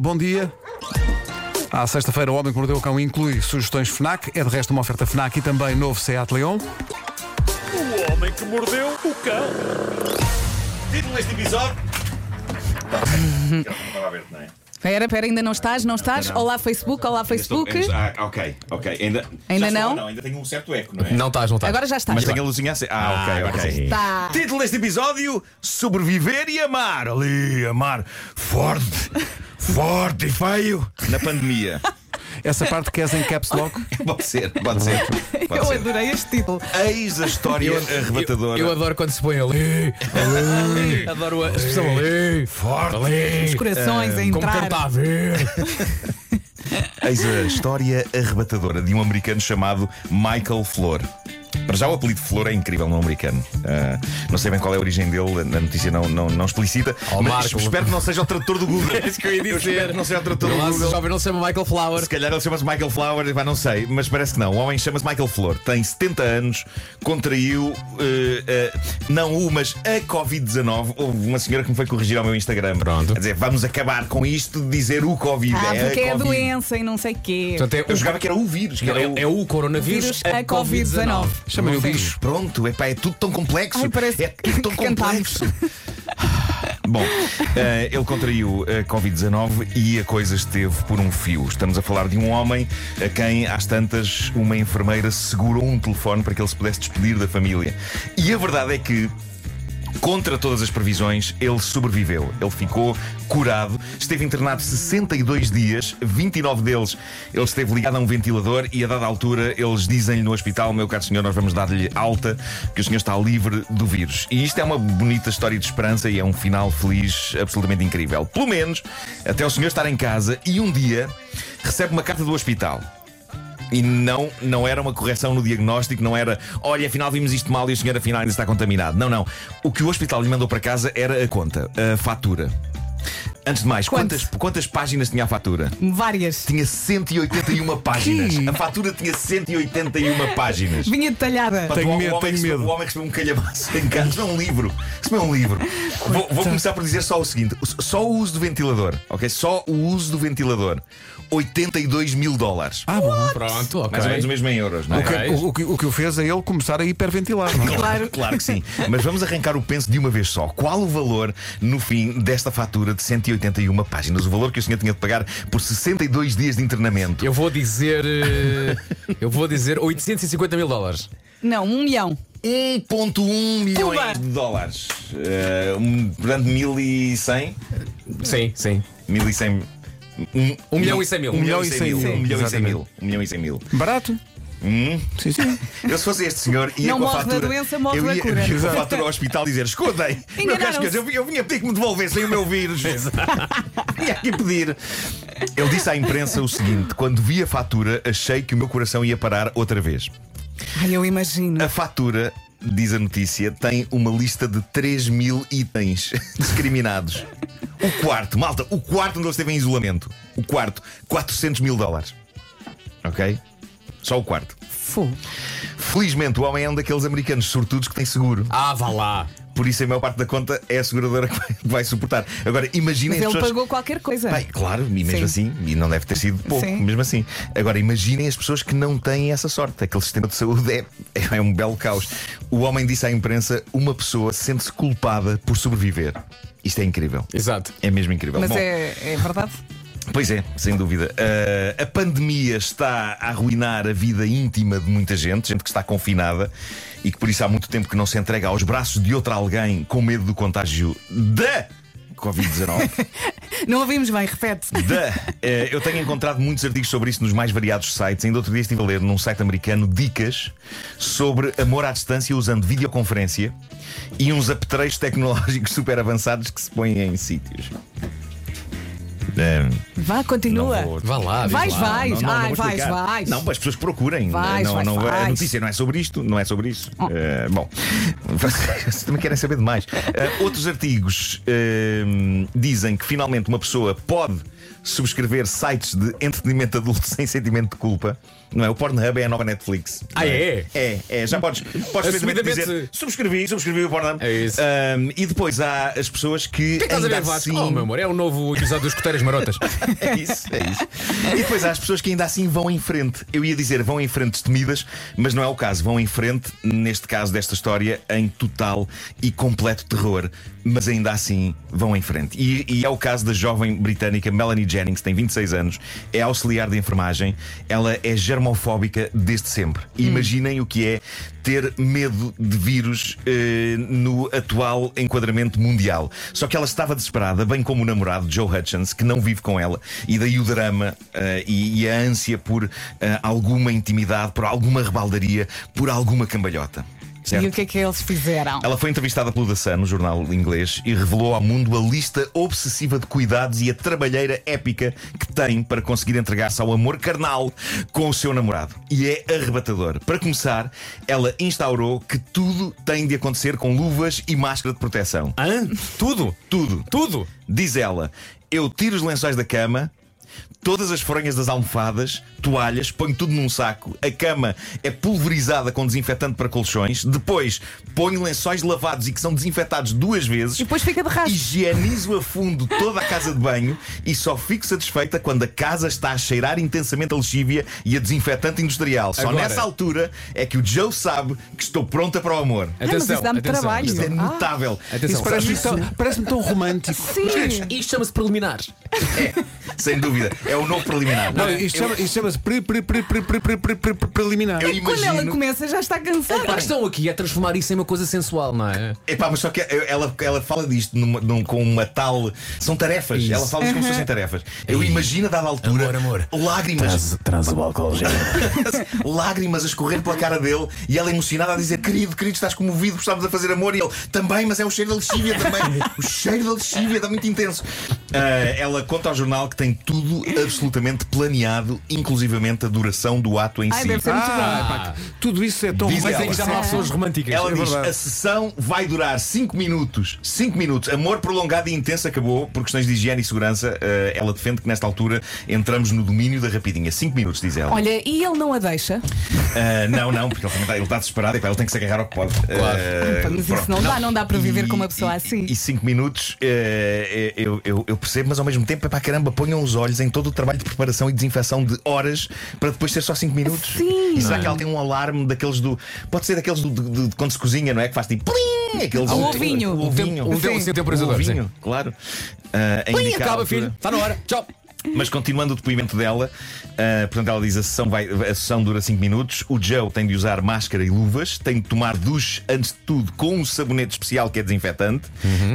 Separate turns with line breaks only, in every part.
bom dia. À sexta-feira, o Homem que Mordeu o Cão inclui sugestões FNAC. É de resto uma oferta FNAC e também novo Seat Leon.
O homem que mordeu o cão.
Título deste episódio. Eu não estava aberto, não é?
Pera, pera, ainda não estás? Não estás? Olá, Facebook, olá, Facebook.
Ainda estou- ainda- ah, ok, ok. Ainda,
Ainda
já estou-
não?
Ainda tenho um certo eco, não é?
Não estás, não tá. estás.
Agora já Tá. estás.
Mas tenho a luzinha assim. Ah,
é
ok, ok.
Está.
Título deste episódio: Sobreviver e amar. Ali, amar. Forte, forte e feio. Na pandemia.
Essa parte que és em caps lock.
Pode ser, pode ser. Pode
Eu
ser.
adorei este título.
Eis a história arrebatadora.
Eu, eu adoro quando se põe ali. ali adoro a expressão ali. Forte. Ali.
Os corações
eh,
a
Como quem
entrar.
está a ver.
Eis a história arrebatadora de um americano chamado Michael Flor. Para já o apelido Flor é incrível no americano. Ah, não sei bem qual é a origem dele, a notícia não, não, não explicita.
Ó,
mas
Marco. É
espero que não seja o tradutor do Google.
isso que eu ia dizer.
espero que não seja o tradutor do
Lá se o
Google.
jovem não se chama Michael Flower.
Se calhar ele chama-se Michael Flower, pá, não sei, mas parece que não. O homem chama-se Michael Flor, tem 70 anos, contraiu eh, eh, não o, mas a Covid-19. Houve uma senhora que me foi corrigir ao meu Instagram.
Pronto.
A dizer, vamos acabar com isto de dizer o Covid.
Ah,
a
porque é a
COVID.
doença e não sei quê.
Portanto, é
Eu
o-
jogava que era o vírus, que
não,
era
é,
o... É um
é o coronavírus é
Vírus a Covid-19.
Chama-lhe o
Não sei.
bicho.
Pronto, epá, é tudo tão complexo.
Ai, parece
é tudo tão
que cantámos.
complexo. Bom, eh, ele contraiu a Covid-19 e a coisa esteve por um fio. Estamos a falar de um homem a quem, às tantas, uma enfermeira segurou um telefone para que ele se pudesse despedir da família. E a verdade é que. Contra todas as previsões, ele sobreviveu. Ele ficou curado, esteve internado 62 dias, 29 deles ele esteve ligado a um ventilador e a dada altura eles dizem-lhe no hospital: Meu caro senhor, nós vamos dar-lhe alta, que o senhor está livre do vírus. E isto é uma bonita história de esperança e é um final feliz absolutamente incrível. Pelo menos até o senhor estar em casa e um dia recebe uma carta do hospital. E não, não era uma correção no diagnóstico, não era olha, afinal vimos isto mal e o senhor afinal ainda está contaminado. Não, não. O que o hospital lhe mandou para casa era a conta, a fatura. Antes de mais,
Quantas?
quantas, quantas páginas tinha a fatura?
Várias.
Tinha 181 páginas. A fatura tinha 181 páginas.
Vinha detalhada.
Pá,
Tenho
o,
medo,
o homem
tenho
recebeu-
medo.
O homem recebeu um calhamaço em casa. Isso não é um livro. Isso não é um livro. Vou, vou começar por dizer só o seguinte: só o uso do ventilador, ok? Só o uso do ventilador. 82 mil dólares.
Ah, bom.
Pronto, ok.
Mais ou menos o mesmo em euros, não é?
O que, o, o que- o que o fez é ele começar a hiperventilar. Não? é?
Claro.
Claro que sim. Mas vamos arrancar o penso de uma vez só. Qual o valor no fim desta fatura de 181 páginas? O valor que o senhor tinha de pagar por 62 dias de internamento?
Eu vou dizer. eh, eu vou dizer 850 mil dólares.
Não, um milhão.
1,1 milhões um de dólares. Eh, um, portanto, 1.100.
Sim, sim.
1.100. Um,
Um milhão e cem mil.
Um milhão e cem mil.
Sim.
Um milhão e cem
Exatamente.
mil. Um milhão e cem mil.
é? Barato.
Hum?
Sim, sim.
Eu se fosse este senhor, ia
Não
com a
morre da
fatura.
doença, morre
eu
da
ia,
cura.
ia com a
Exato.
fatura ao hospital dizer: escutem, meu caro
Enganaram-se.
senhor, eu, eu vinha pedir que me devolvessem o meu vírus. Vinha aqui pedir. Ele disse à imprensa o seguinte: quando vi a fatura, achei que o meu coração ia parar outra vez.
Ai, eu imagino.
A fatura, diz a notícia, tem uma lista de 3 mil itens discriminados. O quarto, malta, o quarto onde ele esteve em isolamento. O quarto, 400 mil dólares. Ok? Só o quarto.
Fu.
Felizmente o homem é um daqueles americanos sortudos que tem seguro.
Ah, vá lá.
Por isso a maior parte da conta é a seguradora que vai, vai suportar. Agora, imaginem
Mas
as
ele
pessoas.
pagou qualquer coisa.
Bem, claro, e mesmo
Sim.
assim, e não deve ter sido pouco,
Sim.
mesmo assim. Agora, imaginem as pessoas que não têm essa sorte. Aquele sistema de saúde é, é um belo caos. O homem disse à imprensa: uma pessoa sente-se culpada por sobreviver. Isto é incrível.
Exato.
É mesmo incrível.
Mas
Bom,
é, é verdade.
Pois é, sem dúvida. Uh, a pandemia está a arruinar a vida íntima de muita gente, gente que está confinada e que por isso há muito tempo que não se entrega aos braços de outra alguém com medo do contágio da Covid-19.
Não ouvimos bem, repete.
Da. Eh, eu tenho encontrado muitos artigos sobre isso nos mais variados sites. Ainda outro dia estive a ler num site americano dicas sobre amor à distância usando videoconferência e uns apetrechos tecnológicos super avançados que se põem em sítios. Eh,
Vá, continua.
não vou-
Vá lá. diz
Vais,
lá.
vais,
não, não, não
ai,
vou
vais,
explicar.
vais.
Não, as pessoas procurem. né?
Vais,
não,
vais,
não, A
vais. Oh.
notícia não é sobre isto, não é sobre isso. Eh, bom, vocês também querem saber demais. Eh, outros artigos eh, dizem que finalmente uma pessoa pode subscrever sites de entretenimento adulto sem sentimento de culpa. Não é? O Pornhub é a nova Netflix. não
Ah, é?
É, é. Já podes, podes perfeitamente
Assumidamente.
dizer subscrevi, subscrevi o Pornhub.
É isso.
Ahm, e depois há as pessoas que.
que estás a
ainda
ver, Vasco?
assim-
Oh, meu amor, é o novo episódio dos Coteiras Marotas.
é isso, é isso. E depois há as pessoas que ainda assim vão em frente. Eu ia dizer vão em frente destemidas, mas não é o caso. Vão em frente, neste caso desta história, em total e completo terror. Mas ainda assim vão em frente. E, e é o caso da jovem britânica Melanie Jennings, tem 26 anos, é auxiliar de enfermagem. Ela é germofóbica desde sempre.
Hum.
Imaginem o que é ter medo de vírus eh, no atual enquadramento mundial. Só que ela estava desesperada, bem como o namorado Joe Hutchins, que não vive com ela, e daí o drama eh, e, e a ânsia por eh, alguma intimidade, por alguma rebaldaria, por alguma cambalhota. Certo?
E o que é que eles fizeram?
Ela foi entrevistada pelo The Sun, no jornal inglês, e revelou ao mundo a lista obsessiva de cuidados e a trabalheira épica que tem para conseguir entregar-se ao amor carnal com o seu namorado. E é arrebatador. Para começar, ela instaurou que tudo tem de acontecer com luvas e máscara de proteção.
Hã? Tudo?
Tudo.
Tudo?
Diz ela: eu tiro os lençóis da cama. Todas as fronhas das almofadas, toalhas, ponho tudo num saco. A cama é pulverizada com desinfetante para colchões. Depois ponho lençóis lavados e que são desinfetados duas vezes.
E depois fica de rastro.
Higienizo a fundo toda a casa de banho e só fico satisfeita quando a casa está a cheirar intensamente a lexívia e a desinfetante industrial. Só
Agora-
nessa altura é que o Joe sabe que estou pronta para o amor.
mas
Atenção,
isso dá-me
atenção,
trabalho.
Isto é
atenção.
notável.
Atenção.
Isso parece-me tão, parece tão romântico. é
Sim.
Isto chama-se preliminar.
Sem dúvida. É o novo preliminar.
Não, isto chama- isto chama-se pre- pre- pre- pre- pre- pre- pre- pre- preliminar.
Eu
E quando ela
imagino-
começa já está cansada.
A questão aqui é transformar isso em uma coisa sensual, não é?
Epá, mas só que ela, ela fala disto numa- num- com uma tal. São tarefas.
Isso.
Ela fala disto como se fossem tarefas. Eu imagino a dada altura.
Amor, amor.
Lágrimas. lágrimas a escorrer pela cara dele e ela emocionada a dizer: Querido, querido, estás comovido, estamos a fazer amor. E ele também, mas é o cheiro da lexívia também. o cheiro da lexívia está muito intenso. Ah, ela conta ao jornal que tem tudo absolutamente planeado, inclusivamente a duração do ato em
Ai,
si.
deve ser muito bom.
Ah, pá, tudo isso é tão
Diz
Mas
romântico.
é que já não há pessoas românticas.
Ela
É
diz:
verdade.
a sessão vai durar 5 minutos. 5 minutos. Amor prolongado e intenso acabou. Por questões de higiene e segurança, eh, ela defende que nesta altura entramos no domínio da rapidinha. 5 minutos, diz ela.
Olha, e ele não a deixa?
Ah, não, não, porque ele também está, ele está desesperado e pá, ele tem que se agarrar ao que pode. Eh, Claro.
mas isso não dá, não dá para viver com uma pessoa assim.
E 5 minutos eh, eu, eu- eu percebo, mas ao mesmo tempo, para caramba, ponham os olhos em todo o trabalho de preparação e desinfecção de horas para depois ter só 5 minutos.
Sim.
E será que ela tem um alarme daqueles do. Pode ser daqueles do, do- do- de quando se cozinha, não é? Que faz tipo. Plim, aqueles,
Ah, o ovinho.
O ovinho.
Um tem- um tem-
Sim.
um tem temporizador,
O ovinho, claro. Ah, a
Plim,
indicar a
acaba,
altura.
filho. Está na hora. Tchau.
Mas continuando o depoimento dela, ah, portanto, ela diz a sessão, vai, a sessão dura 5 minutos. O Joe tem de usar máscara e luvas, tem de tomar duche antes de tudo com um sabonete especial que é desinfetante.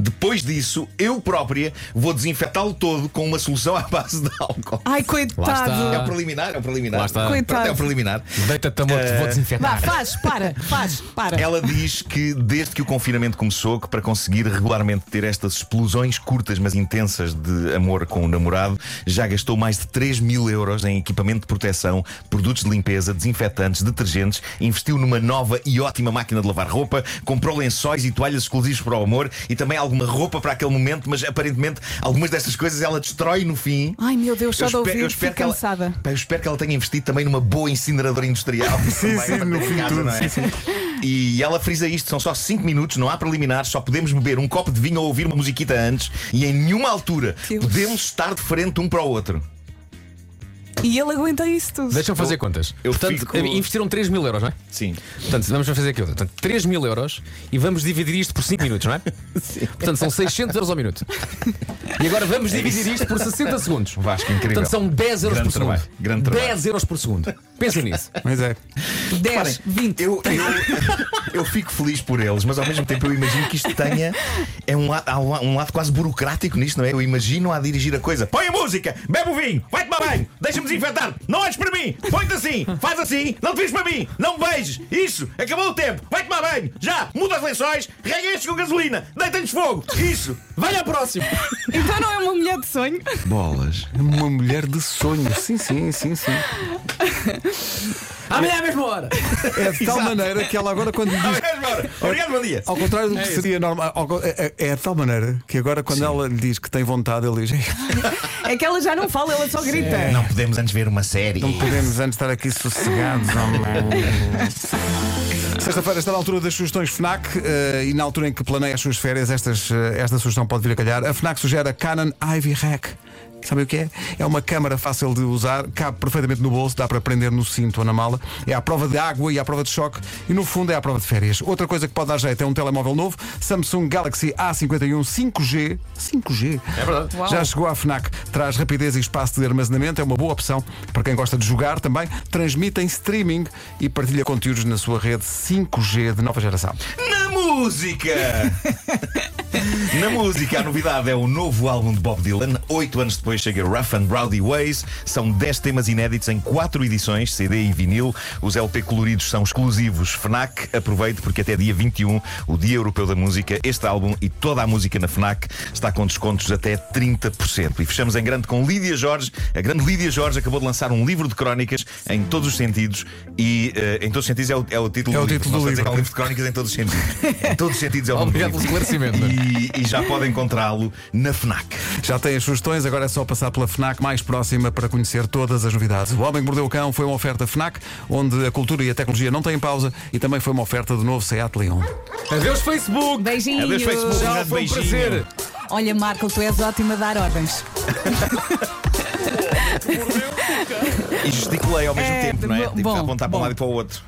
Depois disso, eu própria vou desinfetá-lo todo com uma solução à base de álcool.
Ai,
está.
coitado.
É o preliminar, é o preliminar.
Ah. Lá está.
Pronto, É
Coitado.
o preliminar.
Deita-te, amor, te vou
Vá,
desinfetar.
faz, para, faz, para.
Ela diz que desde que o confinamento começou, que para conseguir regularmente ter estas explosões curtas, mas intensas de amor com o namorado, já gastou mais de 3 mil euros em equipamento de proteção, produtos de limpeza, desinfetantes, detergentes, investiu numa nova e ótima máquina de lavar roupa, comprou lençóis e toalhas exclusivos para o amor e também alguma roupa para aquele momento, mas aparentemente algumas destas coisas ela destrói no fim.
Ai meu Deus, só de
espero-
ouvir,
espero
fico
que ela-
cansada.
Pá, eu espero que ela tenha investido também numa boa incineradora industrial. sim, sim, no fim tudo, não é? E ela frisa isto, são só 5 minutos, não há preliminares, só podemos beber um copo de vinho ou ouvir uma musiquita antes e em nenhuma altura
Deus.
podemos estar de frente um para o outro.
E ele aguenta isso tudo.
Deixa-me fazer contas.
eu
Portanto, eh,
fico-
investiram 3 mil euros, não é?
Sim.
Portanto, vamos fazer aquilo. Portanto, 3 mil euros e vamos dividir isto por 5 minutos, não é? Sim. Portanto, são 600 euros ao minuto. E agora vamos dividir isto por 60 segundos.
Vasco, incrível.
Portanto, são 10 euros
Grande
por segundo.
trabalho, grande trabalho.
10 euros por segundo. Pensem nisso.
Mas é.
10, 20.
Eu, eu, eu fico feliz por eles, mas ao mesmo tempo eu imagino que isto tenha. É um, la- há um, la- um lado quase burocrático nisto, não é? Eu imagino a dirigir a coisa. Põe a música, bebe o vinho, vai tomar banho, deixa-me desinfetar, não olhes para mim, põe-te assim, faz assim, não te vires para mim, não me beijes, isso, acabou o tempo, vai tomar banho, já, muda as lençóis, rega estes com gasolina, deita-lhes fogo, isso, vai ao próximo.
Então não é uma mulher de sonho.
Bolas.
Uma mulher de sonho. Sim, sim, sim, sim.
Amanhã à mesma hora.
É de tal maneira que ela agora, quando diz
agora. Obrigado, bom dia.
Ao contrário
É
do que seria normal, ao co- é, é- é de tal maneira que agora quando ela lhe diz que tem vontade, ele diz:
É que ela já não fala, ela só grita.
Não podemos antes ver uma série.
Não podemos antes estar aqui sossegados, homem. Sexta-feira está na altura das sugestões FNAC eh, e na altura em que planeia as suas férias, estas, eh, esta sugestão pode vir a calhar. A FNAC sugere a Canon Ivy Rack. Sabe o que é? É uma câmara fácil de usar, cabe perfeitamente no bolso, dá para prender no cinto ou na mala. É à prova de água e à prova de choque e no fundo é à prova de férias. Outra coisa que pode dar jeito é um telemóvel novo, Samsung Galaxy A51 5G. 5G?
É verdade.
Uau.
Já chegou à FNAC, traz rapidez e espaço de armazenamento, é uma boa opção para quem gosta de jogar também. Transmite em streaming e partilha conteúdos na sua rede 5G de nova geração.
Na música! Na música, a novidade é o novo álbum de Bob Dylan. Oito anos depois chega Rough and Rowdy Ways. São dez temas inéditos em quatro edições, CD e vinil. Os LP coloridos são exclusivos. Fnac, aproveite porque até dia 21, o Dia Europeu da Música, este álbum e toda a música na Fnac está com descontos até 30%. E fechamos em grande com Lídia Jorge. A grande Lídia Jorge acabou de lançar um livro de crónicas em todos os sentidos. E eh, em todos os sentidos é o, é o título
É
do
o
livro.
título
Não
do
estou a dizer
livro.
que é um livro de crónicas em todos os sentidos. Em todos os sentidos é o nome do
Obrigado
livro.
pelo esclarecimento.
E, e já pode encontrá-lo na FNAC.
Já tem as sugestões, agora é só passar pela FNAC mais próxima para conhecer todas as novidades. O Homem que Mordeu o Cão foi uma oferta FNAC, onde a cultura e a tecnologia não têm pausa e também foi uma oferta do novo Seat Leon.
Adeus, Facebook.
Beijinhos.
Adeus, Facebook. Um
Tchau,
grande
foi um
beijinho.
prazer.
Olha, Marco, tu és ótima a dar ordens.
O homem que mordeu o cão.
E gesticulei ao mesmo
É,
tempo, não é?
bom,
Tipo,
bom,
apontar para
É, bom.
um lado e para o outro.